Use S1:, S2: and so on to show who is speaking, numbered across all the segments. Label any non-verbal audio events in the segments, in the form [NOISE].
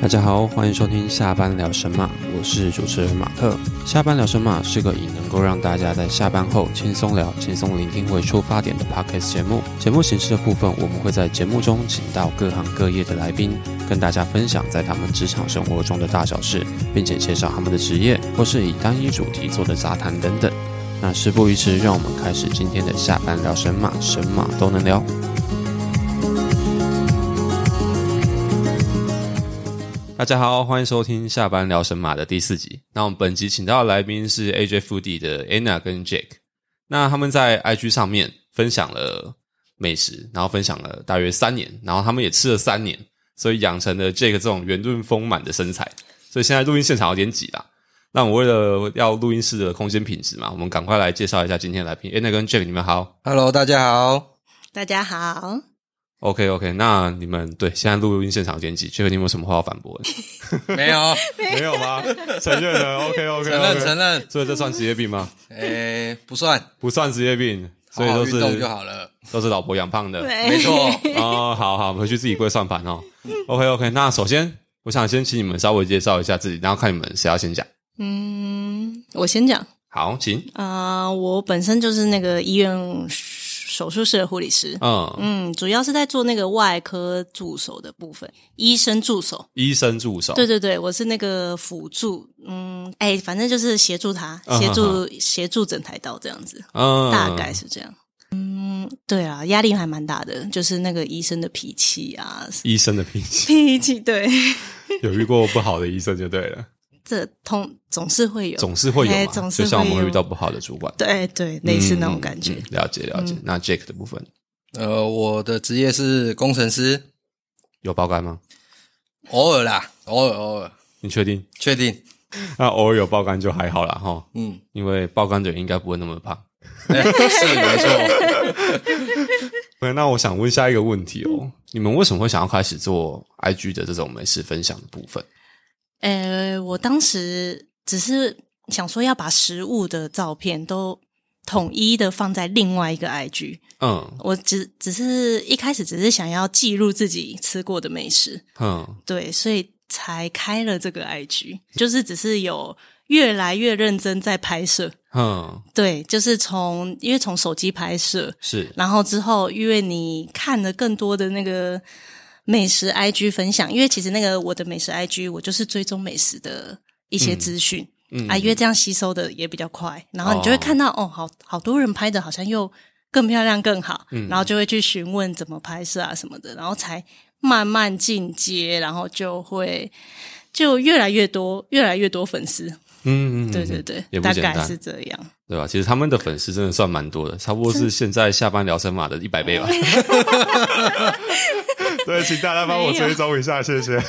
S1: 大家好，欢迎收听下班聊神马，我是主持人马特。下班聊神马是个以能够让大家在下班后轻松聊、轻松聆听为出发点的 podcast 节目。节目形式的部分，我们会在节目中请到各行各业的来宾，跟大家分享在他们职场生活中的大小事，并且介绍他们的职业，或是以单一主题做的杂谈等等。那事不宜迟，让我们开始今天的下班聊神马，神马都能聊。大家好，欢迎收听下班聊神马的第四集。那我们本集请到的来宾是 AJ Foodie 的 Anna 跟 Jake。那他们在 IG 上面分享了美食，然后分享了大约三年，然后他们也吃了三年，所以养成了 Jake 这种圆润丰满的身材。所以现在录音现场有点挤啦。那我为了要录音室的空间品质嘛，我们赶快来介绍一下今天的来宾 Anna 跟 Jake。你们好
S2: Hello，大
S1: [LAUGHS]
S2: 家好。
S3: 大家好，
S1: ，OK OK。那你们对现在录音现场有点挤，Jake 你有没有什么话要反驳的？
S2: 没有，
S1: [LAUGHS] 没有吗？承认了，OK OK，
S2: 承认承认，
S1: 所以这算职业病吗？
S2: 诶、不算，
S1: 不算职业病，所以
S2: 好
S1: 都
S2: 好
S1: 是
S2: 运动就好了。
S1: 都是老婆养胖的。
S2: 没
S3: 对，
S2: 错，
S1: 哦，好好，回去自己跪算盘哦。OK
S3: [LAUGHS]
S1: OK，那首先我想先请你们稍微介绍一下自己，然后看你们谁要先讲。
S3: 嗯，我先讲
S1: 好，请。
S3: 啊、呃我本身就是那个医院手术室的护理师，
S1: 嗯，
S3: 嗯，主要是在做那个外科助手的部分，医生助手，
S1: 医生助手。
S3: 对对对，我是那个辅助，嗯，哎，反正就是协助他，
S1: 嗯
S3: 协助、协助整台刀这样子，
S1: 嗯，
S3: 大概是这样。嗯，对啊，压力还蛮大的，就是那个医生的脾气
S1: [LAUGHS]
S3: 啊，
S1: 医生的脾
S3: [LAUGHS]
S1: 气，
S3: 脾气对，
S1: 有遇过不好的医生就对了，
S3: 这通总是会有，
S1: 总是会有
S3: 哎
S1: 嘛，
S3: 总是
S1: 就像
S3: 会
S1: 我们
S3: 有
S1: 遇到不好的主管，
S3: 对对，类似那种
S1: 嗯
S3: 感觉。
S1: 嗯嗯了解了解。那 Jake 的部分
S2: 呃，我的职业是工程师，
S1: 有爆肝吗？
S2: 偶尔啦，偶尔偶尔，
S1: 你确定？
S2: 确定？
S1: 那偶尔有爆肝就还好啦哈， [LAUGHS]
S2: 嗯，
S1: 因为爆肝的人应该不会那么胖。
S2: 诶是没错。
S1: 对，那我想问下一个问题
S3: 嗯
S1: 哦，你们为什么会想要开始做 IG 的这种美食分享的部分？
S3: 呃，我当时只是想说要把食物的照片都统一的放在另外一个 IG，
S1: 嗯
S3: 我只只是一开始只是想要记录自己吃过的美食，
S1: 嗯
S3: 对，所以才开了这个 IG，就是只是有越来越认真在拍摄，
S1: 嗯，
S3: 对，就是从因为从手机拍摄，
S1: 是
S3: 然后之后，因为你看了更多的那个美食 IG 分享，因为其实那个我的美食 IG，我就是追踪美食的一些资讯、
S1: 嗯
S3: 啊，因为这样吸收的也比较快，然后你就会看到哦好好多人拍的好像又更漂亮更好，
S1: 嗯
S3: 然后就会去询问怎么拍摄啊什么的，然后才慢慢进阶，然后就会就越来越多，越来越多粉丝，
S1: 嗯嗯，嗯
S3: 对对对，
S1: 也不
S3: 大
S1: 简
S3: 概
S1: 单，
S3: 是这样。
S1: 对吧？其实他们的粉丝真的算蛮多的，差不多是现在下班聊神马的一百倍
S3: [LAUGHS]
S1: 吧。对，请大家
S3: 帮我追
S1: 踪一下，谢谢。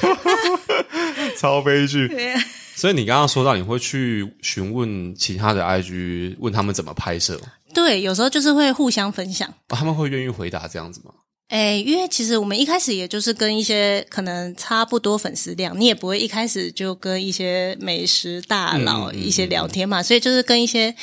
S1: [LAUGHS] 超悲剧。
S3: 对，啊
S1: 所以你刚刚说到你会去询问其他的 IG，问他们怎么拍摄，哦
S3: 对，有时候就是会互相分享。
S1: 他们会愿意回答这样子吗？
S3: 诶，因为其实我们一开始也就是跟一些可能差不多粉丝量，你也不会一开始就跟一些美食大佬
S1: 嗯嗯嗯
S3: 一些聊天嘛，所以就是跟一些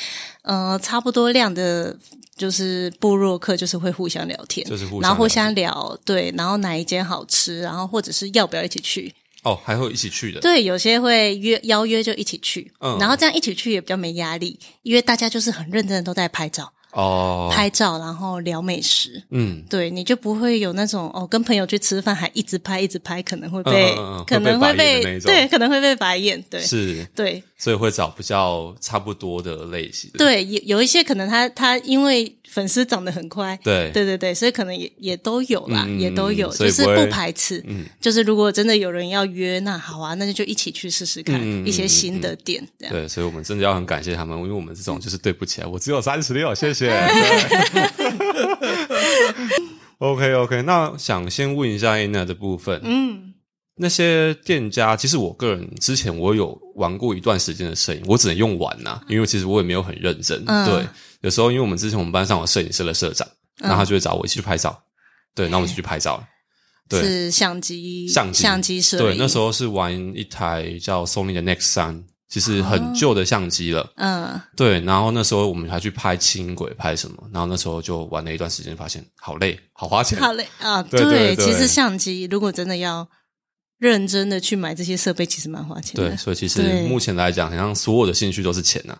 S3: 呃差不多量的，就是部落客就是会互相聊天，
S1: 就是互相
S3: 然后互
S1: 聊天
S3: 相聊对，然后哪一间好吃，然后或者是要不要一起去，
S1: 哦，还会一起去的。
S3: 对，有些会约邀约就一起去，
S1: 嗯
S3: 然后这样一起去也比较没压力，因为大家就是很认真的都在拍照，
S1: 哦，
S3: 拍照然后聊美食，
S1: 嗯，
S3: 对，你就不会有那种哦，跟朋友去吃饭还一直拍一直拍，可能会被、
S1: 嗯嗯嗯
S3: 可能
S1: 会
S3: 会
S1: 被白眼
S3: 被
S1: 的那一种
S3: 对，可能会被白眼，对
S1: 是，
S3: 对
S1: 所以会找比较差不多的类型。
S3: 对，有有一些可能他他因为粉丝涨得很快，
S1: 对
S3: 对对对，所以可能也也都有啦，
S1: 嗯嗯
S3: 也都有，
S1: 所以
S3: 就是
S1: 不会嗯
S3: 不排斥，就是如果真的有人要约，那好啊，那就一起去试试看、
S1: 嗯嗯嗯
S3: 一些新的店，这样
S1: 对，所以我们真的要很感谢他们，因为我们这种就是对不起啊，我只有三十六，谢谢。OK OK，那想先问一下 Anna 的部分，
S3: 嗯，
S1: 那些店家，其实我个人之前我有玩过一段时间的摄影，我只能用玩呐、因为其实我也没有很认真。
S3: 嗯
S1: 对，有时候因为我们之前我们班上有摄影社的社长，那、他就会找我一起去拍照，对，那我们就去拍照了。对，
S3: 是相机
S1: 相机
S3: 相机摄影，
S1: 对，那时候是玩一台叫 Sony 的 Nex 三，其实很旧的相机了。
S3: 嗯
S1: 对，然后那时候我们还去拍轻轨，拍什么？然后那时候就玩了一段时间，发现好累，好花钱。 [LAUGHS]
S3: 好嘞啊，
S1: 对对对
S3: 其实相机如果真的要认真的去买这些设备，其实蛮花钱
S1: 对，
S3: 的。
S1: 所以其实
S3: 对
S1: 目前来讲，好像所有的兴趣都是钱啊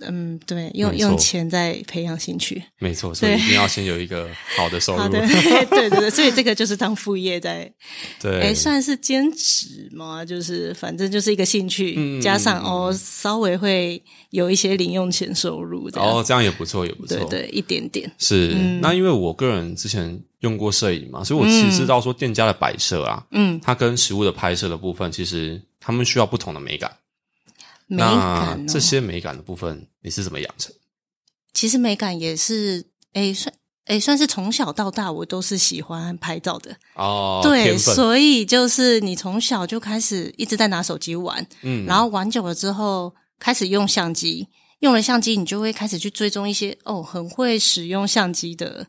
S1: 呐、
S3: 嗯，对，用
S1: 没错
S3: 用钱在培养兴趣。
S1: 没错，所以
S3: 对
S1: 一定要先有一个好的收
S3: 好
S1: 入。
S3: 的，对对对，所以这个就是当副业在，
S1: [LAUGHS] 对，
S3: 哎，算是兼职嘛，就是反正就是一个兴趣，
S1: 嗯嗯
S3: 加上
S1: 嗯
S3: 哦，稍微会有一些零用钱收入这样。
S1: 哦，这样也不错，也不错。
S3: 对对，嗯一点点。
S1: 是，那因为我个人之前用过摄影嘛，所以我其实知道说店家的摆设啊，
S3: 嗯，
S1: 它跟食物的拍摄的部分，其实他们需要不同的美感。
S3: 美
S1: 那
S3: 感、哦、
S1: 这些美感的部分，你是怎么养成？
S3: 其实美感也是，哎，算哎算是从小到大我都是喜欢拍照的，
S1: 哦，
S3: 对，
S1: 天分，
S3: 所以就是你从小就开始一直在拿手机玩，
S1: 嗯
S3: 然后玩久了之后开始用相机，用了相机你就会开始去追踪一些哦很会使用相机的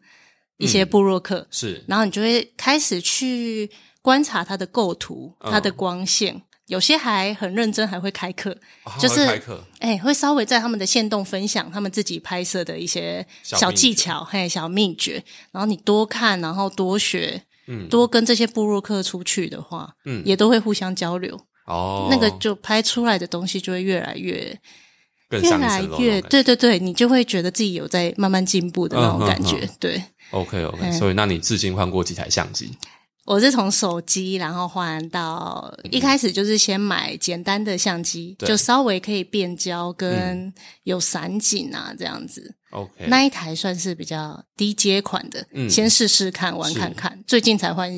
S3: 一些部落客，
S1: 是
S3: 然后你就会开始去观察它的构图、
S1: 嗯
S3: 它的光线，有些还很认真，还会开课，
S1: 哦
S3: 就是
S1: 会开课
S3: 哎、会稍微在他们的线动分享他们自己拍摄的一些
S1: 小
S3: 小
S1: 秘
S3: 技
S1: 诀
S3: 巧，嘿，小秘诀。然后你多看，然后多学，嗯，多跟这些部落客出去的话，
S1: 嗯
S3: 也都会互相交流，
S1: 哦，
S3: 那个就拍出来的东西就会越来越
S1: 更
S3: 越
S1: 上一
S3: 来
S1: 层楼
S3: 越，
S1: 那种感觉。
S3: 对对对，你就会觉得自己有在慢慢进步的那种
S1: 嗯嗯
S3: 感觉。
S1: 嗯
S3: 对
S1: OK OK，
S3: 嗯
S1: 所以那你至今换过几台相机？
S3: 我是从手机，然后换到一开始就是先买简单的相
S1: 嗯
S3: 机，
S1: 对嗯
S3: 就稍微可以变焦跟有散景啊这样子。
S1: OK，
S3: 那一台算是比较低阶款的，
S1: 嗯
S3: 先试试看玩
S1: 是
S3: 看看，最近才换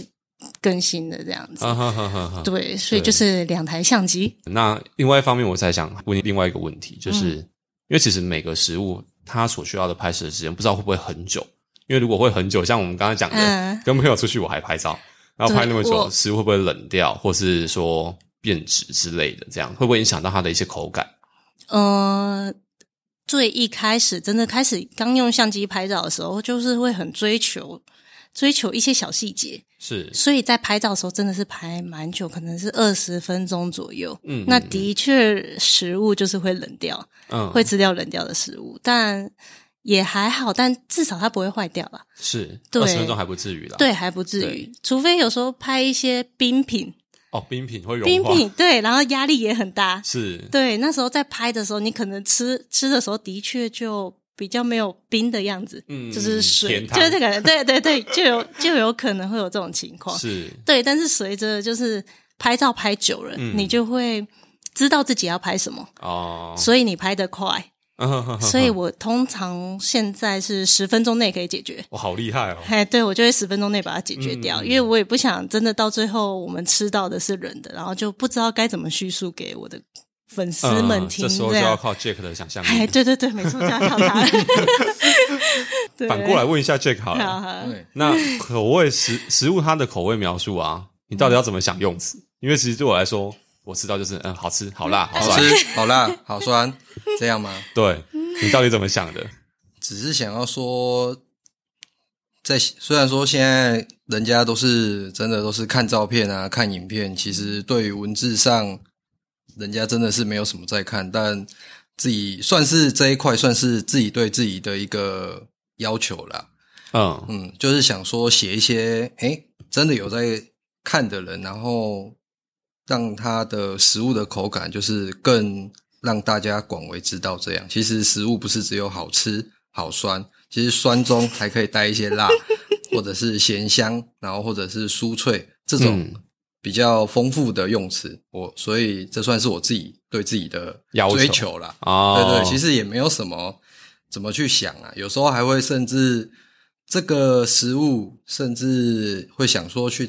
S3: 更新的这样子。
S1: 啊哈哈哈哈。
S3: 对，所以就是两台相机，
S1: 那另外一方面，我在想问另外一个问题，就是、
S3: 嗯
S1: 因为其实每个食物它所需要的拍摄时间，不知道会不会很久。因为如果会很久，像我们刚刚讲的，
S3: 嗯
S1: 跟朋友出去我还拍照，然后
S3: 对
S1: 拍那么久，
S3: 我
S1: 食物会不会冷掉，或是说变质之类的，这样会不会影响到它的一些口感？
S3: 呃，最一开始真的开始刚用相机拍照的时候，就是会很追求追求一些小细节，
S1: 是，
S3: 所以在拍照的时候真的是拍蛮久，可能是二十分钟左右。
S1: 嗯
S3: 那
S1: 嗯
S3: 的确食物就是会冷掉，
S1: 嗯
S3: 会吃掉冷掉的食物，但也还好，但至少它不会坏掉啦。
S1: 是
S3: 对
S1: 二十分钟还不至于啦。，
S3: 对，还不至于，除非有时候拍一些冰品，
S1: 哦，冰品会
S3: 冰
S1: 融化，
S3: 品对，然后压力也
S1: [LAUGHS]
S3: 很大。
S1: 是
S3: 对，那时候在拍的时候，你可能吃吃的时候的确就比较没有冰的样子，
S1: 嗯
S3: 就是水，
S1: 甜
S3: 就
S1: 汤
S3: 是可
S1: [LAUGHS]
S3: 能对对对，就有就有可能会有这种情 [LAUGHS] 况。
S1: 是，
S3: 对，但是随着就是拍照拍久了，
S1: 嗯
S3: 你就会知道自己要拍什么，
S1: 哦，
S3: 所以你拍得快。所
S1: [LAUGHS]
S3: 以
S1: 我
S3: 我通常现在是十分钟内可以解决。
S1: 我好厉害哦，
S3: 哎，对，我就会十分钟内把它解决掉，
S1: 嗯
S3: 因为我也不想真的到最后我们吃到的是冷的，然后就不知道该怎么叙述给我的粉丝们
S1: 嗯
S3: 听。
S1: 这时候
S3: 这
S1: 就要
S3: 样，
S1: 靠 Jack 的想象力
S3: 哎，。对对对，没错，这样
S1: [LAUGHS]
S3: 靠他。对
S1: 反过来，问一下 Jack 好
S3: 好
S1: 了，
S3: 好
S2: 对，
S1: 那口味食食物它的口味描述啊，你到底要怎么想用词？因为其实对我来说，我吃到就是嗯，好吃、好辣、好
S2: 好
S1: 酸。
S2: 吃、好辣、好酸，这样吗？
S1: 对你到底怎么想的？
S2: 只是想要说，在虽然说现在人家都是真的都是看照片啊、看影片，其实对于文字上，人家真的是没有什么在看，但自己算是这一块算是自己对自己的一个要求啦。
S1: 嗯，
S2: 嗯，就是想说写一些，诶，真的有在看的人，然后让他的食物的口感就是更让大家广为知道。这样，其实食物不是只有好吃、好酸，其实酸中还可以带一些辣，或者是咸香，然后或者是酥脆这种
S1: 嗯
S2: 比较丰富的用词。我所以这算是我自己对自己的
S1: 要求
S2: 追求啦。
S1: 哦，
S2: 对对，其实也没有什么怎么去想啊，有时候还会甚至这个食物，甚至会想说去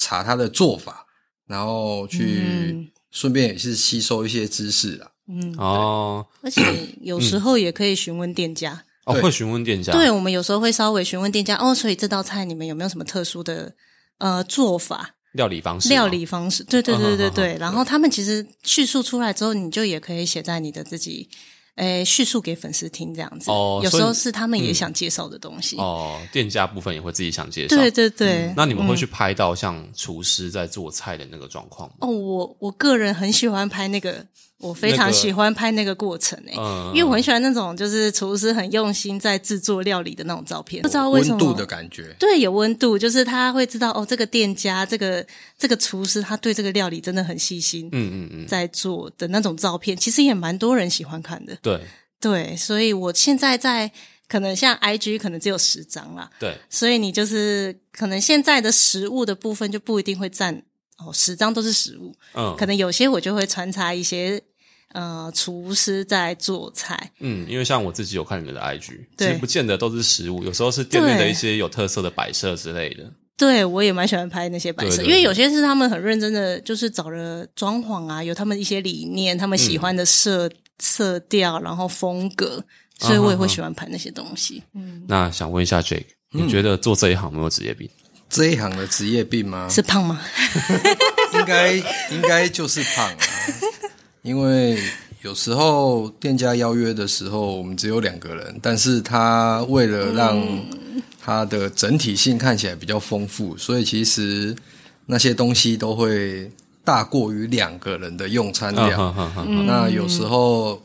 S2: 查它的做法，然后
S3: 嗯
S2: 去顺便也是吸收一些知识啦。
S3: 嗯，
S1: 哦 [CLEARS THROAT]
S3: 而且有时
S1: 嗯
S3: 候也可以询问店家。
S1: 哦，
S2: 对
S1: 会询问店家，
S3: 对，我们有时候会稍微询问店家哦，所以这道菜你们有没有什么特殊的呃做法？
S1: 料理方式吗，
S3: 料理方式，对对
S1: 嗯
S3: 对
S1: 哼
S3: 对
S1: 哼
S3: 对。然后他们其实叙述出来之后，你就也可以写在你的自己，诶，叙述给粉丝听这样子。
S1: 哦
S3: 有
S1: 所
S3: 时
S1: 以
S3: 候是他们也想介绍的东西。
S1: 哦，店家部分也会自己想介绍。
S3: 对对对。
S1: 那你们会去拍到像厨师在做菜的那个状况吗？
S3: 哦，我我个人很喜欢拍那个我非常喜欢拍那个过程诶、
S1: 嗯，
S3: 因为我很喜欢那种就是厨师很用心在制作料理的那种照片，不知道为
S2: 温
S3: 什
S2: 度
S3: 么
S2: 的感觉，
S3: 对，有温度，就是他会知道哦，这个店家、这个这个厨师，他对这个料理真的很细心，
S1: 嗯嗯嗯，
S3: 在做的那种照片，其实也蛮多人喜欢看的。
S1: 对
S3: 对，所以我现在在可能像 IG 可能只有十张啦，
S1: 对，
S3: 所以你就是可能现在的食物的部分就不一定会占哦，十张都是食物，
S1: 嗯，
S3: 可能有些我就会穿插一些呃厨师在做菜，
S1: 嗯，因为像我自己有看你们的 IG，其
S3: 对
S1: 实不见得都是食物，有时候是店内的
S3: 对
S1: 一些有特色的摆设之类的。
S3: 对我也蛮喜欢拍那些摆
S1: 对
S3: 设，
S1: 对
S3: 因为
S1: 对
S3: 有些是他们很认真的，就是找了装潢啊，有他们一些理念，
S1: 嗯
S3: 他们喜欢的色、色调，然后风格，
S1: 啊
S3: 所以我也会喜欢拍那些东西。嗯，
S1: 那想问一下 Jake，你觉得做这一行有没有职业病？
S2: 这一行的职业病吗？
S3: 是胖吗？
S2: [LAUGHS] 应该应该就是胖、啊，因为有时候店家邀约的时候，我们只有两个人，但是他为了让他的整体性看起来比较丰富，所以其实那些东西都会大过于两个人的用餐
S1: 嗯哼
S2: 量。
S1: 哼哼，
S2: 那
S3: 嗯
S2: 有时候，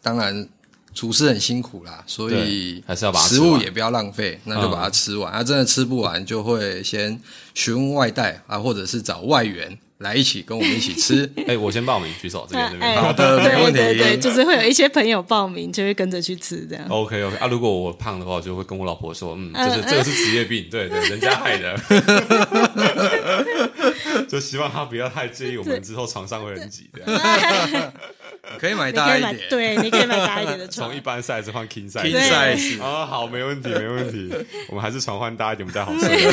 S2: 当然厨师很辛苦啦，所以
S1: 对还是要把它吃
S2: 食
S1: 完嗯
S2: 物也不要浪费，那就把它吃完。啊，真的吃不完就会先询问外带啊，或者是找外援来一起跟我们一起
S3: [LAUGHS]
S2: 吃。
S1: 哎、我先报名，举手这边这边。
S3: 哎
S2: 好的没问题
S3: 对对对，就是会有一些朋友报名，就会跟着去吃这样。
S1: OK OK 啊，如果我胖的话，我就会跟我老婆说，嗯，
S3: 嗯
S1: 这是这个是职业病，对对，人家害的，
S3: [LAUGHS]
S1: [LAUGHS] 就希望她不要太介意我们之后床上会很挤，这样
S2: 可以买
S3: 你可
S2: 大
S3: 以
S2: 一
S3: 买
S2: 点，，
S3: 对，你可以买大一点的床
S1: 从一。般 size 换 king size，
S2: ，king
S3: 对
S2: size
S1: 啊、好，没问题，没问
S2: [LAUGHS]
S1: 题。我们还是床换大一点比较好睡、哦。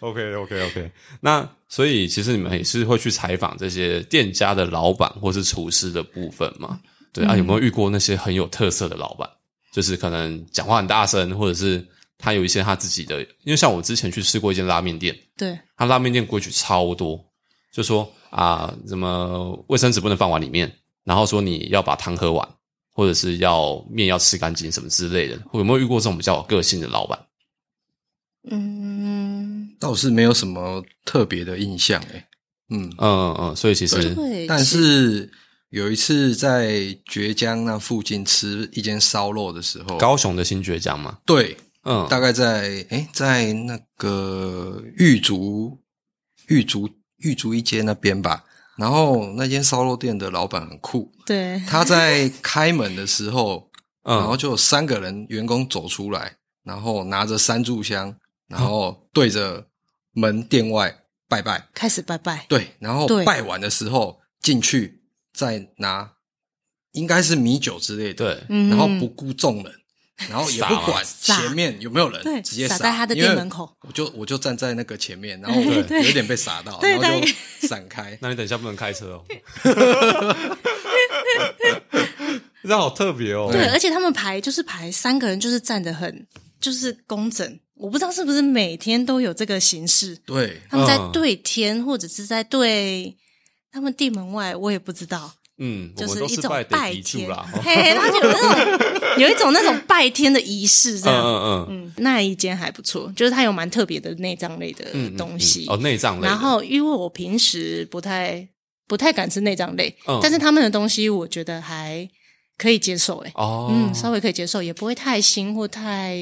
S1: OK，OK，OK。那所以其实你们也是会去采访这些店家的老板或是厨师的部分嘛？对
S2: 嗯
S1: 啊，有没有遇过那些很有特色的老板？就是可能讲话很大声，或者是他有一些他自己的，因为像我之前去吃过一间拉面店，
S3: 对，
S1: 他拉面店规矩超多，就说啊，什么卫生纸不能放碗里面，然后说你要把汤喝完，或者是要面要吃干净什么之类的。有没有遇过这种比较有个性的老板？
S3: 嗯，
S2: 倒是没有什么特别的印象诶、嗯，
S1: 嗯嗯嗯，所以其实
S3: 对，
S2: 但是有一次在绝江那附近吃一间烧肉的时候，
S1: 高雄的新爵江嘛，
S2: 对，
S1: 嗯，
S2: 大概在哎，在那个玉竹玉竹玉竹一街那边吧。然后那间烧肉店的老板很酷，
S3: 对，
S2: 他在开门的时候，然后
S1: 嗯，
S2: 就有三个人员工走出来，然后拿着三炷香，然后对着门店外拜拜。
S3: 开始拜拜。
S2: 对，然后
S3: 对
S2: 拜完的时候进去，再拿应该是米酒之类的，
S1: 对，
S3: 嗯
S2: 然后不顾众人，然后也不
S1: 撒
S2: 管
S3: 撒
S2: 前面有没有人，
S3: 对
S2: 直接
S3: 撒在他的店门口。
S2: 因为我就我就站在那个前面，然后我
S1: 对
S2: 有点被撒到，
S3: 对
S2: 然后
S3: 大概
S2: 就闪开。
S1: 那你等一下不能开车哦。这好特别哦，
S3: 对，
S2: 对
S3: 而且他们排就是排三个人，就是站得很就是工整。我不知道是不是每天都有这个形式，
S2: 对，
S3: 他们在
S1: 嗯
S3: 对天或者是在对他们地门外，我也不知道，
S1: 嗯，我
S3: 就
S1: 们都
S3: 一
S1: 是
S3: 种
S1: 拜得
S3: 拜
S1: 敌
S3: 天
S1: 住啦。，哦
S3: 嘿嘿，他就有那种 [LAUGHS] 有一种那种拜天的仪式这
S1: 嗯
S3: 样。
S1: 嗯嗯
S3: 嗯，那一间还不错，就是它有蛮特别的内脏类的
S1: 嗯，
S3: 东西。
S1: 嗯哦，内脏类的，
S3: 然后，因为我平时不太不太敢吃内脏类，
S1: 嗯
S3: 但是他们的东西我觉得还可以接受、欸，
S1: 哦，
S3: 嗯，稍微可以接受，也不会太腥或太，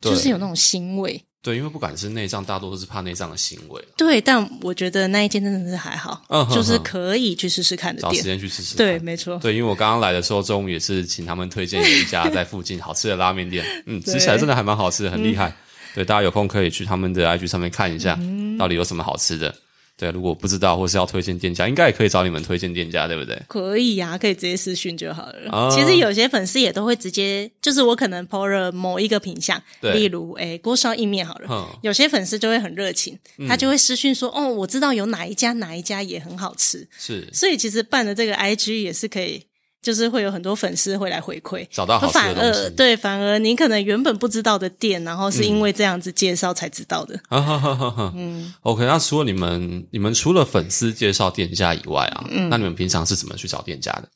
S1: 对
S3: 就是有那种腥味。
S1: 对，因为不管是内脏，大多都是怕内脏的行为，
S3: 对，但我觉得那一间真的是还好，
S1: 嗯哼
S3: 就是
S1: 哼
S3: 可以去试试看的
S1: 找时
S3: 店。
S1: 间去吃吃看。
S3: 对，没错，
S1: 对，因为我刚刚来的时候，中午也是请他们推荐有一家
S3: [LAUGHS]
S1: 在附近好吃的拉面店，嗯，吃起来真的还蛮好吃的，很厉害。
S3: 嗯
S1: 对，大家有空可以去他们的 IG 上面看一下，
S3: 嗯
S1: 到底有什么好吃的。对，如果不知道或是要推荐店家，应该也可以找你们推荐店家，对不对？
S3: 可以呀、可以直接私讯就好了。
S1: 啊
S3: 其实有些粉丝也都会直接，就是我可能 PO 了某一个品相，
S1: 对
S3: 例如诶锅烧意面好了，
S1: 嗯
S3: 有些粉丝就会很热情，他就会私讯说，哦，我知道有哪一家哪一家也很好吃，
S1: [LAUGHS] 是
S3: 所以其实办的这个 IG 也是可以，就是会有很多粉丝会来回馈，
S1: 找到好吃的
S3: 反
S1: 东
S3: 而
S1: 西。
S3: 对，反而你可能原本不知道的店，然后是因
S1: 嗯
S3: 为这样子介绍才知道的。
S1: 啊哈哈哈哈。嗯，OK。那除了你们，你们除了粉丝介绍店家以外啊，
S3: 嗯
S1: 那你们平常是怎么去找店家的？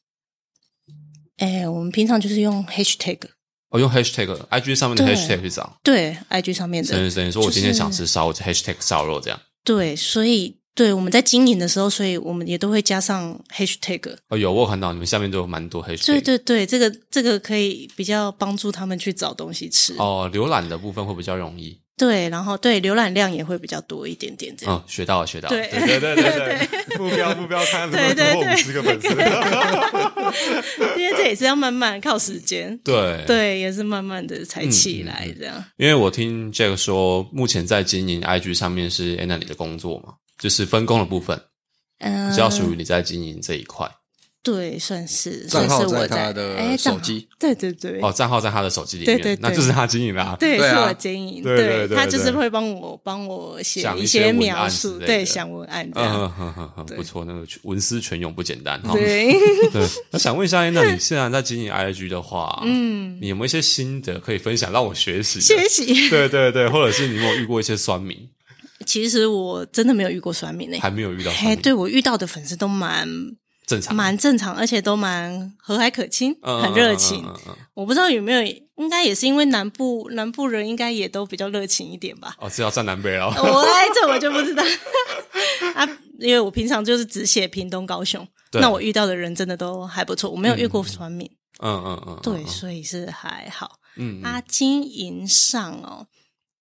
S3: 哎、我们平常就是用 hashtag
S1: 哦，用 hashtag，IG 上面的
S3: 对
S1: hashtag 去找，
S3: 对 IG 上面
S1: 等于
S3: 的
S1: 等于说我今天
S3: 就是
S1: 想吃烧，我就 hashtag 烧肉这样。
S3: 对，所以对，我们在经营的时候，所以我们也都会加上 hashtag。
S1: 哦，有我有看到你们下面都有蛮多 hashtag。
S3: 对对对，这个这个可以比较帮助他们去找东西吃。
S1: 哦，浏览的部分会比较容易。
S3: 对，然后对浏览量也会比较多一点点，这
S1: 嗯，
S3: 样。
S1: 学到了，学到了。
S3: 对
S4: 对对对对， [LAUGHS] 目标目标看能不能突破五十个粉丝。
S3: [LAUGHS] 因为这也是要慢慢靠时间，
S1: 对
S3: 对，也是慢慢的才起来这样。
S1: 因为我听 Jack 说，目前在经营 IG 上面是 Anna 你的工作嘛，就是分工的部分，
S3: 嗯，
S1: 比较属于你在经营这一块。
S3: 对，算是
S2: 账
S3: 算
S2: 号
S3: 是
S2: 在
S3: 我
S2: 他的
S3: 哎
S2: 手
S3: 账号
S2: 机
S3: 对对对，
S1: 哦，账号在他的手机里面，
S3: 对对对
S1: 那就是他经营啦、
S3: 对，
S2: 对
S3: 是
S2: 啊
S3: 我经营，
S4: 对对对
S3: 他就是
S4: 对
S3: 会帮我帮我写
S1: 想一些
S3: 些
S1: 文
S3: 描
S1: 案
S3: 述，
S1: 之类的
S3: 对，想文案这
S1: 嗯
S3: 样，
S1: 哼哼哼，
S3: 对
S1: 不错，那个文思泉涌不简单哈。
S3: 对，
S1: [LAUGHS]
S3: [LAUGHS]
S1: 对，那想问一下，那你现在在经营 IG 的话，
S3: 嗯，
S1: 你有没有一些心得可以分享，让我学习？
S3: 学习。
S1: [LAUGHS] 对对对，或者是你有没有遇过一些酸民，
S3: 其实我真的没有遇过酸民诶、欸
S1: 还没有遇到酸
S3: 哎嘿，
S1: 民，
S3: 对我遇到的粉丝都蛮
S1: 正常，
S3: 蛮正常，而且都蛮和蔼可亲，
S1: 嗯
S3: 很热情。
S1: 嗯嗯嗯嗯嗯
S3: 我不知道有没有，应该也是因为南部南部人应该也都比较热情一点
S1: [LAUGHS]
S3: 吧。
S1: 哦，这要站南北
S3: [LAUGHS]
S1: 了。
S3: 我哎，这我就不知道 [LAUGHS] 啊，因为我平常就是只写屏东、高雄，
S1: 对
S3: 那我遇到的人真的都还不错，我没有遇过酸民，
S1: 嗯嗯嗯，嗯
S3: 对，所以是还好。
S1: 嗯嗯
S3: 啊，经营上哦，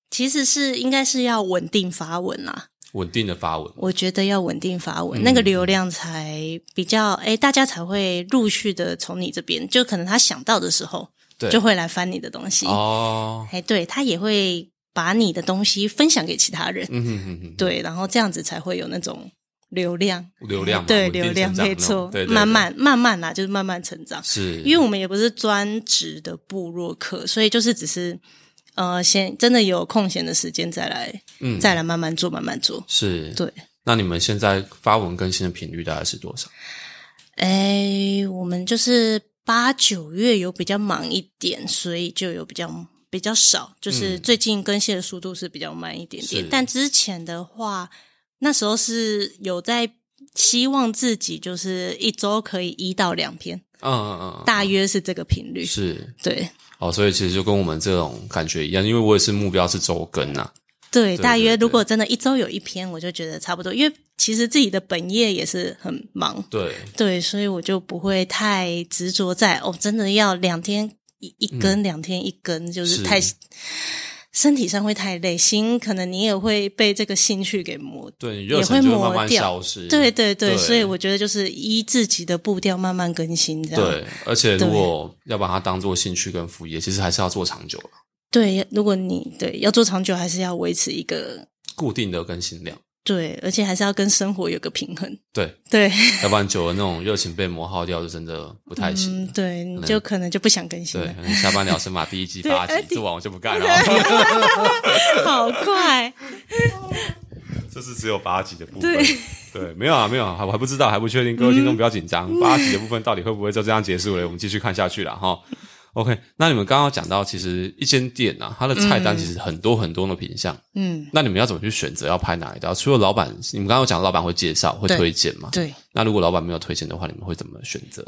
S3: 其实是应该是要稳定发文啊啦，
S1: 稳定的发文，
S3: 我觉得要稳定发
S1: 嗯
S3: 文，那个流量才比较，哎，大家才会陆续的从你这边，就可能他想到的时候，
S1: 对
S3: 就会来翻你的东西，
S1: 哦，
S3: 哎，对他也会把你的东西分享给其他人，
S1: 嗯哼哼哼，
S3: 对，然后这样子才会有那种流量，
S1: 流量嘛
S3: 对
S1: 稳定
S3: 流量
S1: 成长
S3: 没
S1: 那种
S3: 错，
S1: 对对对
S3: 慢慢慢慢啦、就是慢慢成长。
S1: 是，
S3: 因为我们也不是专职的部落客，所以就是只是呃，先真的有空闲的时间再来，
S1: 嗯
S3: 再来慢慢做，慢慢做。
S1: 是，
S3: 对，
S1: 那你们现在发文更新的频率大概是多少？
S3: 哎，我们就是八九月有比较忙一点，所以就有比较比较少，就是
S1: 嗯
S3: 最近更新的速度是比较慢一点点
S1: 是。
S3: 但之前的话，那时候是有在希望自己就是一周可以一到两篇，
S1: 嗯嗯嗯嗯，
S3: 大约是这个频率。
S1: 是
S3: 对
S1: 哦，所以其实就跟我们这种感觉一样，因为我也是目标是周更啊呐、
S3: 对，大约
S1: 对对
S3: 如果真的一周有一篇，我就觉得差不多，因为其实自己的本业也是很忙，
S1: 对，
S3: 对，所以我就不会太执着在哦，真的要两天一一根，两天一根，就是
S1: 是
S3: 太身体上会太累，心可能你也会被这个兴趣给磨。
S1: 对，你
S3: 也
S1: 热
S3: 会
S1: 忱就会
S3: 磨
S1: 慢慢
S3: 掉
S1: 消失。
S3: 对对对，
S1: 对
S3: 所以我觉得就是依自己的步调慢慢更新，这样
S1: 对，而且如
S3: 对
S1: 果要把它当做兴趣跟副业，其实还是要做长久了，
S3: 对。如果你对要做长久，还是要维持一个
S1: 固定的更新量。
S3: 对，而且还是要跟生活有个平衡。 [LAUGHS]
S1: 对，
S3: 对，
S1: 要不然久了那种热情被磨耗掉，就真的不太行。
S3: 嗯，对，你就可能就不想更新
S1: 对，
S3: 了
S1: 可，能下班聊神马第一季八
S3: [LAUGHS] 对呃
S1: 集
S3: 第
S1: 做完我就不
S3: [LAUGHS]
S1: 干 [LAUGHS] 了，
S3: 好快。
S4: 这是只有八集的部分。
S3: 对
S1: 对，没有啊，没有啊，还我还不知道，还不确定，各位听众不要紧
S3: 嗯
S1: 张，八集的部分到底会不会就这样结束了？我们继续看下去了哈。OK，那你们刚刚讲到，其实一间店啊，它的菜单其实很多很多的品相，
S3: 嗯，
S1: 那你们要怎么去选择要拍哪一道？除了老板，你们刚刚有讲老板会介绍、会
S3: 对
S1: 推荐嘛？
S3: 对，
S1: 那如果老板没有推荐的话，你们会怎么选择？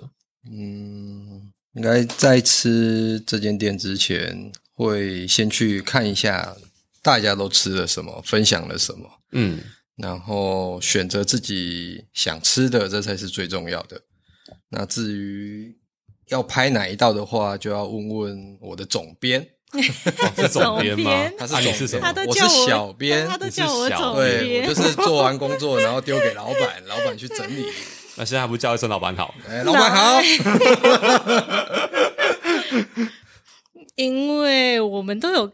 S2: 嗯，应该在吃这间店之前，会先去看一下大家都吃了什么，分享了什么，
S1: 嗯，
S2: 然后选择自己想吃的，这才是最重要的。那至于要拍哪一道的话，就要问问我的总编，
S1: 哦、是总编吗
S3: 总编？
S2: 他是
S1: 啊你
S2: 总
S1: 是什么？
S3: 他都
S2: 我
S3: 叫
S2: 是
S3: 我
S2: 小编
S3: 他都
S1: 你是
S3: 叫我
S1: 小
S3: 总
S2: 对
S3: 编
S2: 我。就是做完工作，然后丢给老板，老板去整理。
S1: 那现在还不叫一声老板好？
S2: 哎，老板好，
S3: 因为我们都有，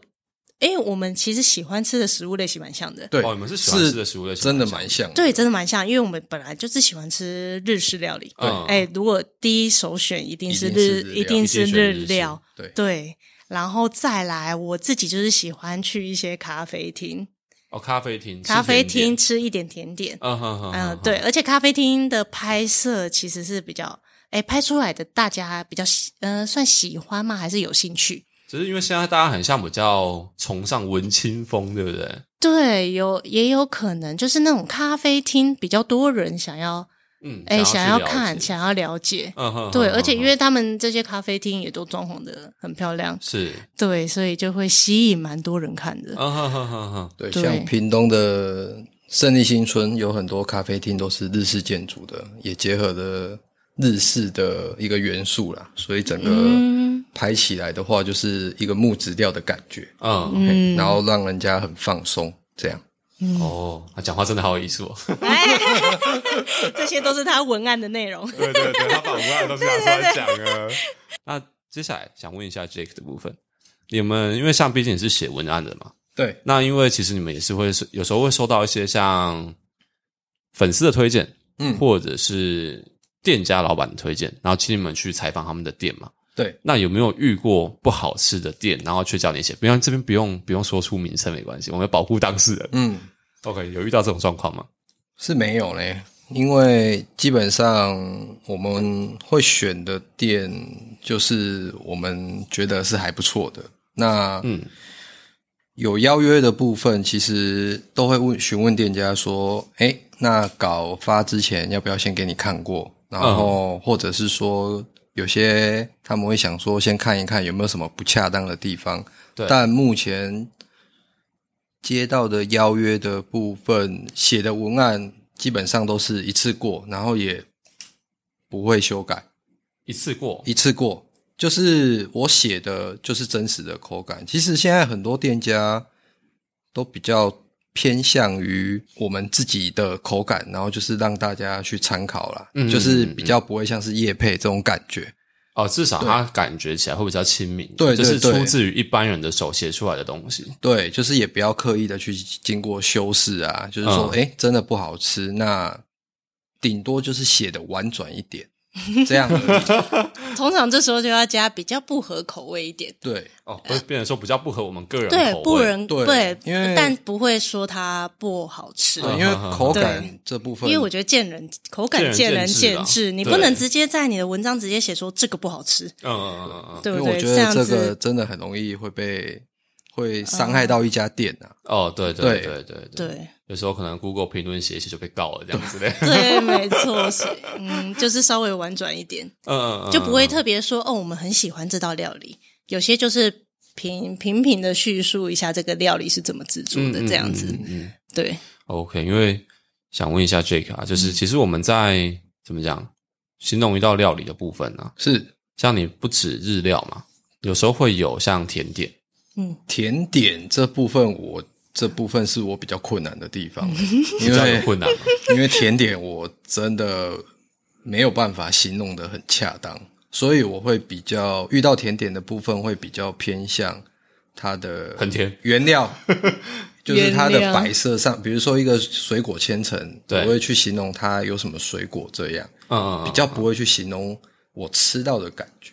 S3: 哎、我们其实喜欢吃的食物类型蛮像的，
S2: 对，
S1: 哦，你们是喜欢吃的食物类型，
S2: 真的蛮像的。
S3: 对，真的蛮像，因为我们本来就是喜欢吃日式料理，
S1: 对
S3: 哎、如果第一首选一定是日，
S2: 一
S3: 一
S2: 定
S3: 定
S1: 是
S3: 是
S1: 日料哦一定是日式
S3: 料，
S2: 对
S3: 对，然后再来，我自己就是喜欢去一些咖啡厅，
S1: 哦，咖啡厅，
S3: 咖
S1: 吃
S3: 啡
S1: 甜
S3: 厅
S1: 点，
S3: 吃一点甜点，
S1: 嗯哼哼，
S3: 嗯、
S1: 哼，
S3: 对，而且咖啡厅的拍摄其实是比较，哎、拍出来的大家比较喜，呃，算喜欢吗？还是有兴趣？
S1: 只是因为现在大家很像比较崇尚文青风，对不对？
S3: 对，有也有可能就是那种咖啡厅比较多人想要
S1: 嗯，
S3: 哎，
S1: 想
S3: 想要
S1: 去了
S3: 看，
S1: 解
S3: 想要了解。
S1: 嗯哼，
S3: [LAUGHS] 对，
S1: 哼
S3: 而且
S1: 哼
S3: 因为他们这些咖啡厅也都装潢的很漂亮，
S1: 是，
S3: 对，所以就会吸引蛮多人看的。
S1: 嗯哼哼哼哼，
S2: 对，
S3: 对
S2: 像屏东的胜利新村有很多咖啡厅都是日式建筑的，也结合了日式的一个元素啦，所以整个
S3: 嗯
S2: 拍起来的话，就是一个木质调的感觉，
S1: 嗯，
S2: 嗯，
S3: 嗯
S2: 然后让人家很放松，这样。
S1: 哦，他讲话真的好有艺术哦。
S3: 哎， [LAUGHS] 这些都是他文案的内容。 [LAUGHS]
S4: 对对对，他把文案都是拿出来讲了。
S1: 那接下来想问一下 Jake 的部分，你们因为像毕竟你是写文案的嘛，
S2: 对，
S1: 那因为其实你们也是会收有时候会收到一些像粉丝的推荐，
S2: 嗯
S1: 或者是店家老板的推荐，然后请你们去采访他们的店嘛。
S2: 对，
S1: 那有没有遇过不好吃的店，然后却叫你写？不用这边不用不用说出名称没关系，我们保护当事人。
S2: 嗯，
S1: OK，有遇到这种状况吗？
S2: 是没有嘞，因为基本上我们会选的店就是我们觉得是还不错的。那
S1: 嗯，
S2: 有邀约的部分，其实都会问询问店家说：“哎，那稿发之前要不要先给你看过？”然
S1: 嗯
S2: 后或者是说，有些他们会想说先看一看有没有什么不恰当的地方。
S1: 对
S2: 但目前接到的邀约的部分写的文案基本上都是一次过，然后也不会修改。
S1: 一次过，
S2: 一次过，就是我写的就是真实的口感。其实现在很多店家都比较偏向于我们自己的口感，然后就是让大家去参考啦，
S1: 嗯
S2: 就是比较不会像是叶配这种感觉。
S1: 哦，至少它感觉起来会比较亲民，
S2: 对对
S1: 就是
S2: 对
S1: 出自于一般人的手写出来的东西。
S2: 对，就是也不要刻意的去经过修饰啊，就是说，
S1: 嗯
S2: 哎、真的不好吃，那顶多就是写的婉转一点，这样而已
S3: 通常这时候就要加比较不合口味一点，
S2: 对。
S1: 哦，会变成说比较不合我们个人
S3: 对
S1: 口，味
S3: 不人
S2: 对
S3: 对，
S2: 因为
S3: 但不会说它不好吃，
S2: 对，因为口感
S3: 对
S2: 这部分，
S3: 因为我觉得见人口感
S1: 见
S3: 见
S1: 仁
S3: 仁
S1: 见智
S3: 见
S1: 啊
S3: 智，你
S1: 对
S3: 不能直接在你的文章直接写说这个不好吃，
S1: 嗯嗯嗯嗯嗯，
S3: 对不
S2: 因为我
S3: 对？
S2: 觉
S3: 这样
S2: 得这个
S3: 子嗯
S2: 真的很容易会被会伤害到一家店啊。
S1: 哦，对对对
S2: 对
S1: 对对
S3: 对
S1: 有时候可能 Google 评论写一写就被告了这样子的，嗯
S3: 对，没错，是
S2: [LAUGHS]
S3: 嗯，就是稍微婉转一点，
S1: [LAUGHS] 嗯嗯，
S3: 就不会特别说哦，我们很喜欢这道料理。有些就是平平平的叙述一下这个料理是怎么制作的，这样子。
S1: 嗯嗯嗯嗯嗯
S3: 对，
S1: OK，因为想问一下 Jake 啊，
S3: 嗯
S1: 就是其实我们在怎么讲形容一道料理的部分呢、啊，
S2: 是
S1: 像你不止日料嘛，有时候会有像甜点，
S3: 嗯，
S2: 甜点这部分我，这部分是我比较困难的地方，
S3: [LAUGHS]
S1: 比
S2: 因
S1: 较有
S2: 为
S1: 困难嘛。
S2: 因为甜点我真的没有办法形容的很恰当，所以我会比较遇到甜点的部分会比较偏向它的
S1: 很
S2: [LAUGHS]
S1: 甜
S2: 原
S1: [LAUGHS]
S2: 料。就是它
S3: 原
S2: 的
S3: 料
S2: 摆设上，比如说一个水果千层，我
S1: 对
S2: 会去形容它有什么水果这样。
S1: 嗯嗯，嗯
S2: 比较不会去形容我吃到的感觉，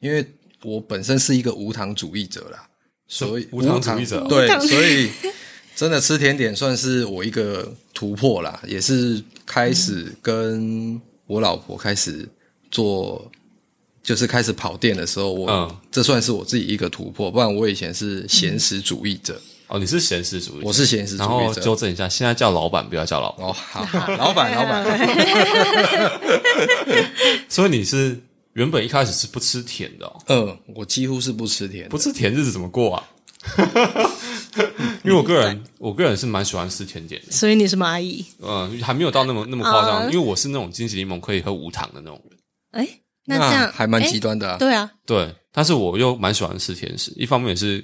S2: 因为我本身是一个无糖主义者啦，所以
S1: 无糖主义者
S3: 无
S2: 对
S3: 糖，
S2: 所以真的吃甜点算是我一个突破啦，也是开始跟我老婆开始做。就是开始跑店的时候，我、
S1: 嗯
S2: 这算是我自己一个突破，不然我以前是闲食主义者，
S1: 哦，你是闲事主义者，
S2: 我是闲食主
S1: 然后
S2: 义者
S1: 纠。正一下，现在叫老板，不要叫老板。
S2: 哦，好，好老板，老
S1: [LAUGHS]
S2: 板， [LAUGHS]
S1: 所以你是原本一开始是不吃甜的、哦，
S2: 嗯，我几乎是不吃甜的，
S1: 不吃甜日子怎么过啊？因为我个
S3: [LAUGHS]
S1: 人，我个人是蛮喜欢吃甜点的，
S3: [LAUGHS] 所以你是蚂蚁，
S1: 嗯，还没有到那么那么夸张，
S3: 啊
S1: 因为我是那种金桔柠檬可以喝无糖的那种人，
S3: 哎，这样
S2: 还蛮
S3: 哎
S2: 极端的啊。
S3: 对啊，
S1: 对，但是我又蛮喜欢吃甜食，一方面也是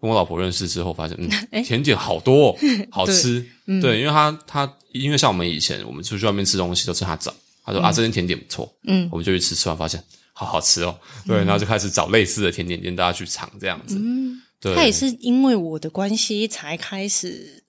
S1: 跟我老婆认识之后发现，嗯，
S3: [LAUGHS] 哎嗯
S1: 甜点好
S3: [LAUGHS]
S1: 多、哦，好吃，对，因为她她因为像我们以前我们出去外面吃东西都是她找，她说、啊这间甜点不错，
S3: 嗯
S1: 我们就去吃，吃完发现好好吃哦，对，然后就开始找类似的甜点店大家去尝这样子，对，
S3: 嗯他也是因为我的关系才开始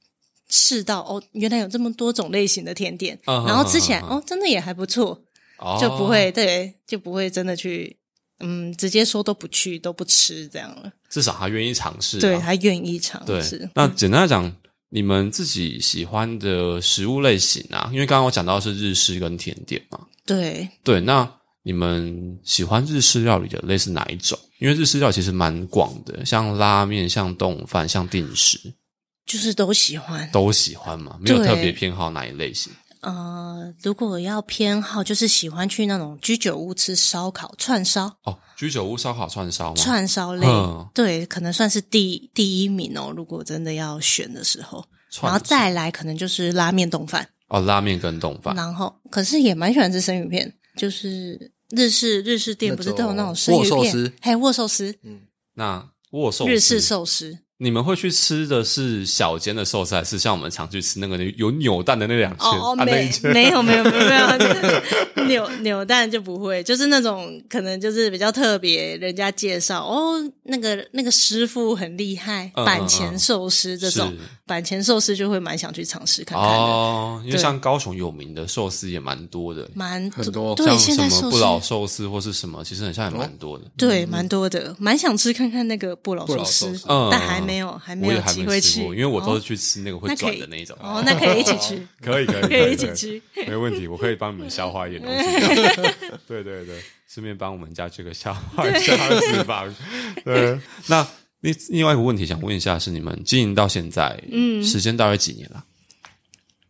S3: 试到哦，原来有这么多种类型的甜点，
S2: 嗯
S1: 啊
S3: 然后吃起来、
S1: 啊啊
S3: 哦，真的也还不错，
S1: 哦
S3: 就不会、对，就不会真的去嗯，直接说都不去都不吃这样了。
S1: 至少她愿意尝试、啊，
S3: 对，还愿意尝
S1: 对
S3: 试，。嗯
S1: 那简单来讲，你们自己喜欢的食物类型啊，因为刚刚我讲到是日式跟甜点嘛，
S3: 对，
S1: 对，那你们喜欢日式料理的类似哪一种？因为日式料理其实蛮广的，像拉面、像冻饭、像定食
S3: 就是都喜欢。
S1: 都喜欢嘛，没有
S3: 对
S1: 特别偏好哪一类型。
S3: 呃，如果要偏好，就是喜欢去那种居酒屋吃烧烤、串烧、
S1: 哦，居酒屋烧烤串烧吗？
S3: 串烧类，
S1: 嗯
S3: 对，可能算是第第一名哦。如果真的要选的时候，然
S1: 串
S3: 后再来可能就是拉面、冻饭，
S1: 哦，拉面跟冻饭，
S3: 然后可是也蛮喜欢吃生鱼片，就是日式日式店
S2: 那
S3: 不是都有那种
S2: 种
S3: 生鱼
S2: 握寿
S3: 片
S2: 司，
S3: 还有握寿司、
S1: 那握寿
S3: 日式
S1: 司
S3: 寿司，
S1: 你们会去吃的是小间的寿司，还是像我们常去吃那个有扭蛋的那两间？
S3: 哦哦，
S1: 啊、那一
S3: 没
S1: 间
S3: 没有没有没有
S1: [LAUGHS]
S3: 没有扭扭蛋就不会，就是那种可能就是比较特别，人家介绍哦，那个那个师傅很厉害，
S1: 嗯嗯
S3: 板前寿司这种
S1: 是
S3: 板前寿司就会蛮想去尝试看看的，
S1: 哦，因为
S3: 对
S1: 像高雄有名的寿司也蛮多的，
S3: 蛮
S2: 很多
S3: 对
S1: 像
S3: 现在
S1: 什
S3: 寿
S1: 么不
S3: 司
S1: 老嗯寿司或是什么，其实很像也蛮多的。
S3: 对蛮多的，蛮想吃看看那个不老
S2: 不老
S3: 司
S2: 寿司，
S1: 嗯
S3: 但还没有还没
S1: 我也
S3: 有
S1: 还
S3: 机
S1: 没
S3: 会
S1: 吃
S3: 去，
S1: 过，因为我都
S3: 哦
S1: 是去吃那个会
S3: 那可
S1: 转
S3: 以
S1: 的那一种。
S3: 哦，那可以一起
S1: [LAUGHS]
S3: 去，
S1: 可以可
S3: [LAUGHS]
S1: 以
S3: 可以一起去。
S1: 没问题，我可以帮你们消
S3: [LAUGHS]
S1: 化一点东西。对对对，顺便帮我们家这个消化一下脂肪。
S3: [LAUGHS]
S1: 对，那另另外一个问题想问一下，是你们经营到现在，嗯，时间大约几年了？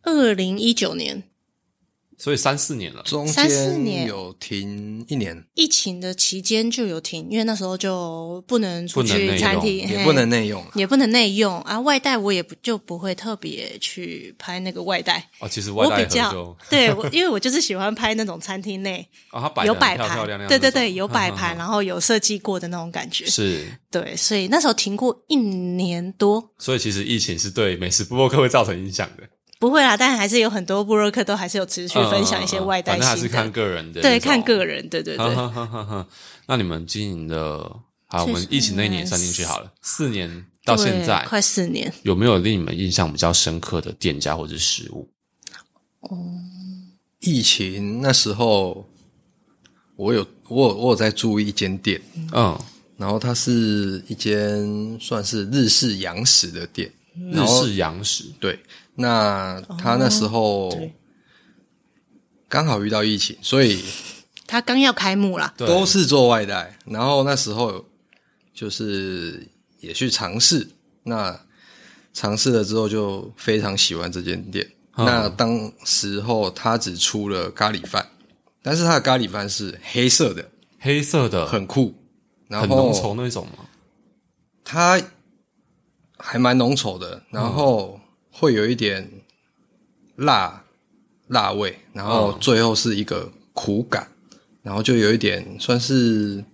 S3: 二零一九年
S1: 所以三四年了。
S2: 中
S3: 三四
S2: 间
S3: 年
S2: 有停一年，
S3: 疫情的期间就有停，因为那时候就不能出
S1: 不能内
S3: 去
S1: 用
S3: 餐厅，
S2: 也
S3: 嘿
S2: 不能内用了。
S3: 也不能内用啊。外带我也不就不会特别去拍那个外带，
S1: 哦，其实外
S3: 我
S1: 带
S3: 比
S1: 盒
S3: 较
S1: 就
S3: 对我，因为我就是喜欢拍那种餐厅内
S1: 啊，它 [LAUGHS] 摆得
S3: 有
S1: 很
S3: 摆
S1: 漂漂亮
S3: 盘，
S1: 亮，，
S3: 对对对，有摆
S1: [LAUGHS]
S3: 盘，
S1: 哈哈
S3: 然后有设计过的那种感觉。
S1: 是。
S3: 对，所以那时候停过一年多，
S1: 所以其实疫情是对美食部落客会造成影响的，
S3: 不会啦，但还是有很多布洛克都还是有持续分享一些
S1: 嗯嗯嗯
S3: 外带
S1: 反正还是
S3: 新
S1: 看
S3: 的，
S1: 个人的那种，嗯
S3: 对，看个人，对对对，
S1: 哈哈哈哈！那你们经营的，好，我
S3: 最
S1: 们疫情那一年算进去好了，四年到现
S3: 对
S1: 在，
S3: 快四年。
S1: 有没有令你们印象比较深刻的店家或者食物？
S2: 疫情那时候，我有我有我有在注意一间店，
S1: 嗯，
S2: 然后它是一间算是日式洋食的店，
S1: 日式洋食，
S2: 对，那他那时候
S3: 哦对
S2: 刚好遇到疫情，所以
S3: 他刚要开幕啦，
S1: 对
S2: 都是做外带。然后那时候就是也去尝试，那尝试了之后就非常喜欢这间店。
S1: 嗯
S2: 那当时候他只出了咖喱饭，但是他的咖喱饭是黑色的，
S1: 黑色的，很
S2: 很酷，然
S1: 浓稠
S2: 后
S1: 那种吗？
S2: 它还蛮浓稠的，然后会有一点辣辣味，然后最后是一个苦感，然后就有一点算是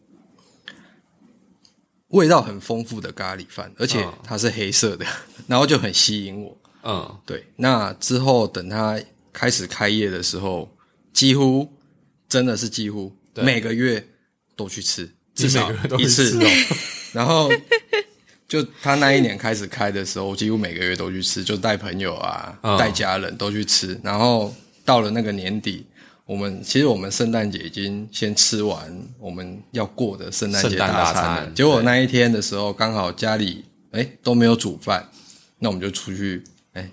S2: 味道很丰富的咖喱饭，而且
S1: 嗯
S2: 它是黑色的， [LAUGHS] 然后就很吸引我。
S1: 嗯，
S2: 对，那之后等它开始开业的时候，几乎真的是几乎
S1: 对
S2: 每个月都去吃，
S1: 你
S2: 至少
S1: 每个月都
S2: 一
S1: 去吃
S2: 次
S1: 哦。
S2: 然后就他那一年开始开的时候，我几乎每个月都去吃，就带朋友啊
S1: 嗯、
S2: 带家人都去吃。然后到了那个年底，我们其实我们圣诞节已经先吃完我们要过的圣诞节
S1: 圣诞大
S2: 大餐了
S1: 餐
S2: 结果
S1: 对
S2: 那一天的时候，刚好家里哎都没有煮饭，那我们就出去哎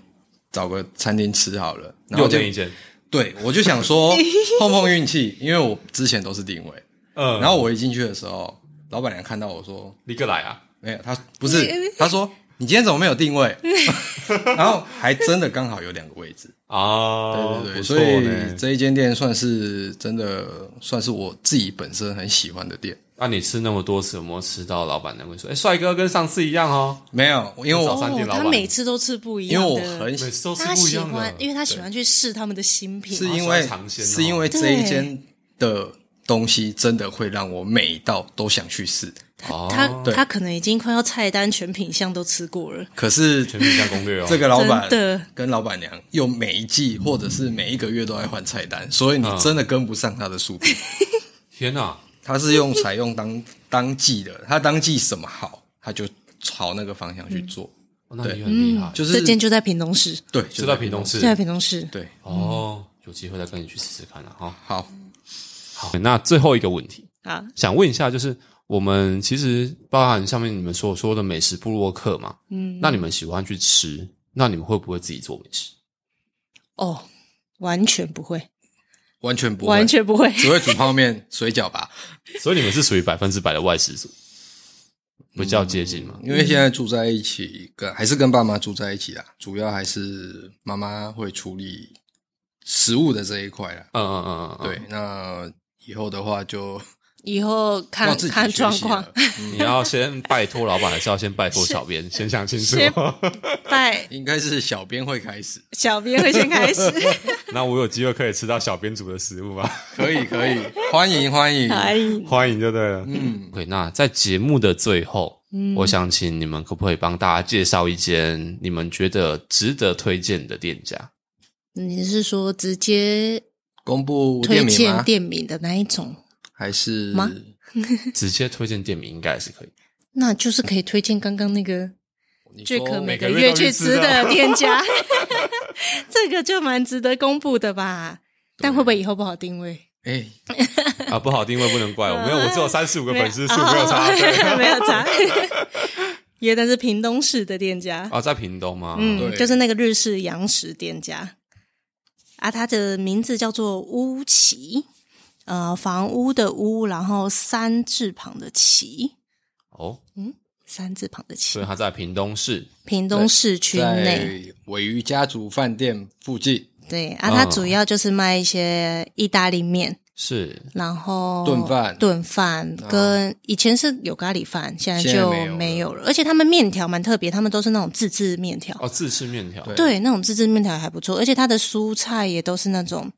S2: 找个餐厅吃好了。 [LAUGHS] 然后
S1: 又
S2: 就
S1: 见一见，
S2: 对我就想说碰碰运气，因为我之前都是定位。
S1: 嗯，
S2: 然后我一进去的时候，老板娘看到我说。
S1: 立刻来啊，
S2: 没有，他不是，他说你今天怎么没有定位？ [LAUGHS] 然后还真的刚好有两个位置，
S1: 啊，
S2: 对对对，
S1: 不错
S2: 所以
S1: 呢。
S2: 这一间店算是真的算是我自己本身很喜欢的店。
S1: 那啊你吃那么多次，有没有吃到老板娘会说：“哎，帅哥跟上次一样哦。
S2: 没有，因为
S1: 早
S2: 我
S1: 餐店老
S3: 哦他
S1: 板
S3: 每次都吃不一
S2: 因为
S3: 样
S2: 我
S3: 的，
S2: 很”
S1: 每
S2: 喜
S1: 次都是
S3: 他
S1: 不一
S3: 哎喜
S1: 样
S3: 欢
S1: 的，，
S3: 因为他喜欢去试他们的新品，
S2: 是
S1: 哦
S2: 因为
S1: 喜欢尝鲜哦
S2: 是因为这一间的东西真的会让我每一道都想去试，
S1: 哦
S3: 他
S2: 对
S3: 他可能已经快要菜单全品项都吃过了，
S2: 可是
S1: 全民加攻略哦。
S2: 这个老板
S3: 真的
S2: 跟老板娘又每一季或者是每一个月都在换菜单，所以你
S1: 嗯
S2: 真的跟不上他的速度。
S1: 天哪，
S2: 他是用采用当当季的，他当季什么好，他就朝那个方向去做，
S3: 嗯
S1: 哦那你很厉害，
S2: 就是
S3: 这件就在屏东市，
S2: 对，
S1: 就在屏东市
S3: 就在屏东市，
S2: 对，
S1: 哦，有机会再跟你去试试看了啊哈。
S2: 好，
S1: 好，那最后一个问题，
S3: 啊，
S1: 想问一下，就是我们其实包含上面你们所说的美食部落客嘛，嗯，那你们喜欢去吃，那你们会不会自己做美食？
S3: 哦，完全不会，
S2: 完全不会，
S3: 完
S2: [LAUGHS]
S3: 全不会，
S2: 只会煮泡面、水饺吧，
S1: 所以你们是属于百分之百的外食族，比较接近嘛？
S2: 因为现在住在一起，跟还是跟爸妈住在一起啦，主要还是妈妈会处理食物的这一块啦。
S1: 嗯嗯嗯嗯，
S3: 哦
S1: 嗯
S2: 对，，那以后的话就
S3: 以后
S2: 要
S3: 看
S2: 自己
S3: 看
S2: 学
S3: 状
S2: 习啊
S3: 况
S2: 了，嗯
S1: 你要先拜托老板，还是要先拜托小编？ [LAUGHS] 先想清楚。
S3: 先拜
S2: 应该是小编会开始，
S3: 小编会先
S2: [LAUGHS]
S3: 开始，
S1: 那我有机会可以吃到小编煮的食物吗？
S2: 可以可
S3: [LAUGHS]
S2: 以，欢迎欢迎，
S3: 哎，
S4: 欢迎就对了。
S2: 嗯，
S1: OK，那在节目的最后，
S3: 嗯
S1: 我想请你们可不可以帮大家介绍一间你们觉得值得推荐的店
S3: [LAUGHS]
S1: 家？
S3: 你是说直接
S2: 公布
S3: 推
S2: 店名
S3: 荐
S2: 吗？
S3: 店名的那一种？
S2: 还是
S3: 吗
S1: 直接推荐店名应该也是可以。
S3: 那就是可以推荐刚刚那个
S2: 你
S3: 最可
S2: 说
S3: 每
S4: 每
S3: 个
S4: 个
S3: 月
S4: 月
S3: 去
S4: 去
S3: 吃
S4: 吃
S3: 的
S4: 的
S3: 店家，
S2: 哦
S3: [LAUGHS] 这个就蛮值得公布的吧？但会不会以后不好定位？
S2: 哎，
S1: 啊，不好定位不能
S3: [LAUGHS]
S1: 怪我，没有，我只有三十五个粉丝数，没有差。对
S3: 差， [LAUGHS] 没有差。也但是屏东市的店家，
S1: 啊，在屏东吗？
S3: 嗯，
S2: 哦对
S3: 就是那个日式洋食店家啊，它的名字叫做屋旗，呃，房屋的屋，然后三字旁的旗，
S1: 哦，
S3: 三字旁的旗
S1: 所以，他在屏东市。
S3: 屏东市区内。
S2: 啊在尾鱼家族饭店附近
S3: 对啊，它
S1: 哦
S3: 主要就是卖一些意大利面，
S1: 是
S3: 然后
S2: 炖饭啊
S3: 炖饭跟以前是有咖喱饭，现在
S2: 现在
S3: 就
S2: 没有了
S3: 没有了。而且他们面条蛮特别，他们都是那种自制面条，
S1: 哦，自吃面条，
S2: 对
S3: 对，那种自制面条还不错。而且它的蔬菜也都是那种，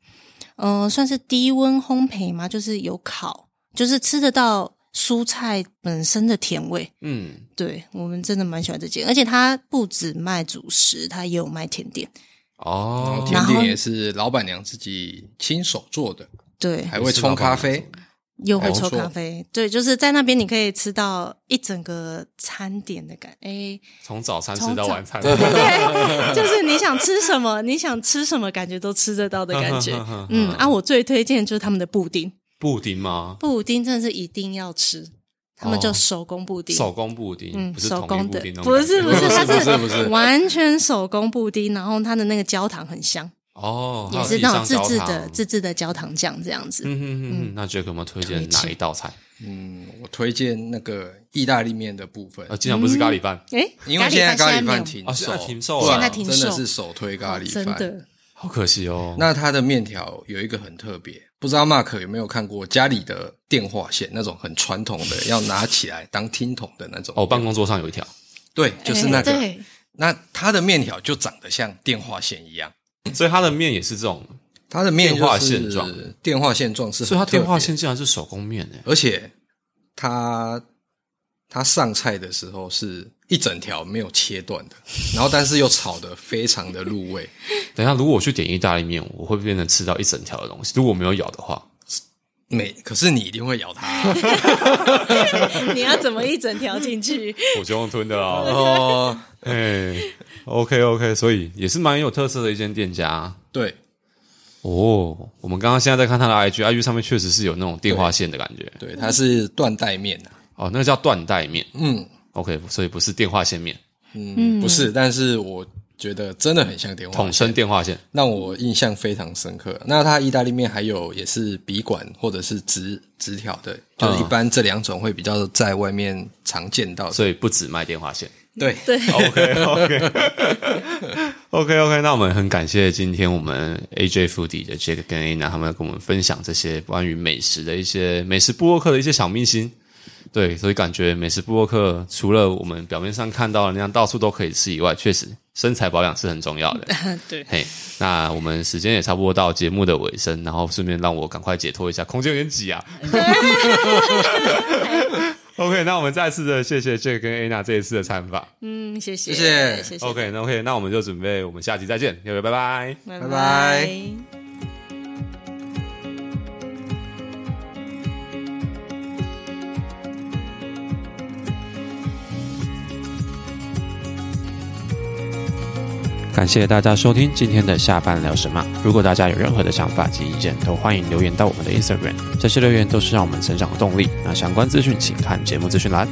S3: 呃，算是低温烘焙嘛，就是有烤，就是吃得到蔬菜本身的甜味。
S1: 嗯，
S3: 对我们真的蛮喜欢这间，而且它不止卖主食，它也有卖甜点。
S2: 然后
S1: 哦，
S2: 甜
S3: 然后
S2: 点也是老板娘自己亲手做的，
S3: 对，
S2: 还会冲咖啡，
S3: 又
S2: 还
S3: 会
S2: 不
S3: 抽
S2: 错
S3: 咖啡，对，就是在那边你可以吃到一整个餐点的感，
S2: [LAUGHS]
S3: 哎，
S1: 从早餐
S3: 从
S1: 吃到
S3: 早
S1: 晚餐，。
S3: 对，就是你想吃什么，你想吃什么，感觉都吃得到的
S2: [LAUGHS]
S3: 感觉
S1: [LAUGHS]
S3: 嗯啊，我最推荐就是他们的布丁，
S1: 布丁吗？
S3: 布丁真的是一定要吃，他们
S1: 哦
S3: 叫手工布丁，
S1: 手工布丁，
S3: 嗯，
S1: 不是
S3: 手
S1: 统一
S3: 工
S1: 布
S3: 的
S1: 丁那，种
S3: 不
S1: 感觉，
S3: 是不是，它
S2: 不是不是
S3: 完全手工布丁，然后它的那个焦糖很香，
S1: [LAUGHS] 哦，
S3: 也是那种自
S1: 还有地上
S3: 制的
S1: 焦糖
S3: 自制的焦糖酱这样子。
S1: 嗯嗯嗯，那 Jack 有没有推荐
S3: 推
S1: 哪
S3: 荐
S1: 一道菜？
S2: 嗯，我推荐那个意大利面的部分
S1: 呃，，竟然不是咖喱
S2: 嗯
S1: 饭，
S3: 哎，
S2: 因为现在咖喱
S3: 没
S2: 饭
S3: 有
S2: 停
S1: 哦现
S2: 售，
S1: 在停售了
S2: 不然
S3: 现在停售
S2: 真的是啊首推咖喱
S3: 哦真
S2: 饭。
S3: 的
S1: 好可惜哦。
S2: 那它的面条有一个很特别，不知道 Mark 有没有看过家里的电话线那种很传统的，要拿起来当听筒的那种。
S1: 哦，办公桌上有一条，
S2: 对，就是那
S3: 哎
S2: 个。
S3: 对
S2: 那它的面条就长得像电话线一样，
S1: 所以它的面也是这种，
S2: 它的面就是
S1: 电话线状，
S2: 电话线状是很
S1: 所以它电话
S2: 特
S1: 线竟然是手工面欸诶。
S2: 别，而且它它上菜的时候是一整条没有切断的，然后但是又炒得非常的入味。 [LAUGHS]
S1: 等一下，如果我去点意大利面，我会变成吃到一整条的东西。如果我没有咬的话，
S2: 每可是你一定会咬它、
S3: [LAUGHS] 你要怎么一整条进去？
S1: 我就用吞的啦。
S2: 哦，
S1: [LAUGHS] 哎，OK OK，所以也是蛮有特色的一间店家
S2: [LAUGHS] 对，
S1: 哦。我们刚刚现在在看他的 IG，IG 上面确实是有那种电话线的感觉
S2: 对，它是缎带面啊。
S1: 哦，那个叫缎带面。
S2: 嗯
S1: OK，所以不是电话线面，
S2: 嗯，不是，但是我觉得真的很像电话
S1: 统，称电话线。
S2: 让我印象非常深刻。那它意大利面还有也是笔管或者是直直条的，
S1: 嗯
S2: 就是一般这两种会比较在外面常见到的。
S1: 所以不止卖电话线。
S2: 对，
S1: OK OK，那我们很感谢今天我们 AJ Foodie 的 Jack 跟 Anna 他们跟我们分享这些关于美食的一些美食部落客的一些小秘辛。对，所以感觉美食部落客除了我们表面上看到的那样到处都可以吃以外，确实身材保养是很重要的。
S3: 对，
S1: 嘿，那我们时间也差不多到节目的尾声，然后顺便让我赶快解脱一下，空间有点挤啊。OK，那我们再次的谢谢 Jack 跟 Anna 这一次的参访。
S3: 嗯，谢谢，
S2: 谢谢
S3: 谢
S1: OK，那 OK，那我们就准备我们下集再见，各位拜拜。
S3: 拜
S2: 拜
S3: 拜
S2: 拜。
S1: 感谢大家收听今天的下班聊什么。如果大家有任何的想法及意见，都欢迎留言到我们的 Instagram，这些留言都是让我们成长的动力。那相关资讯请看节目资讯栏。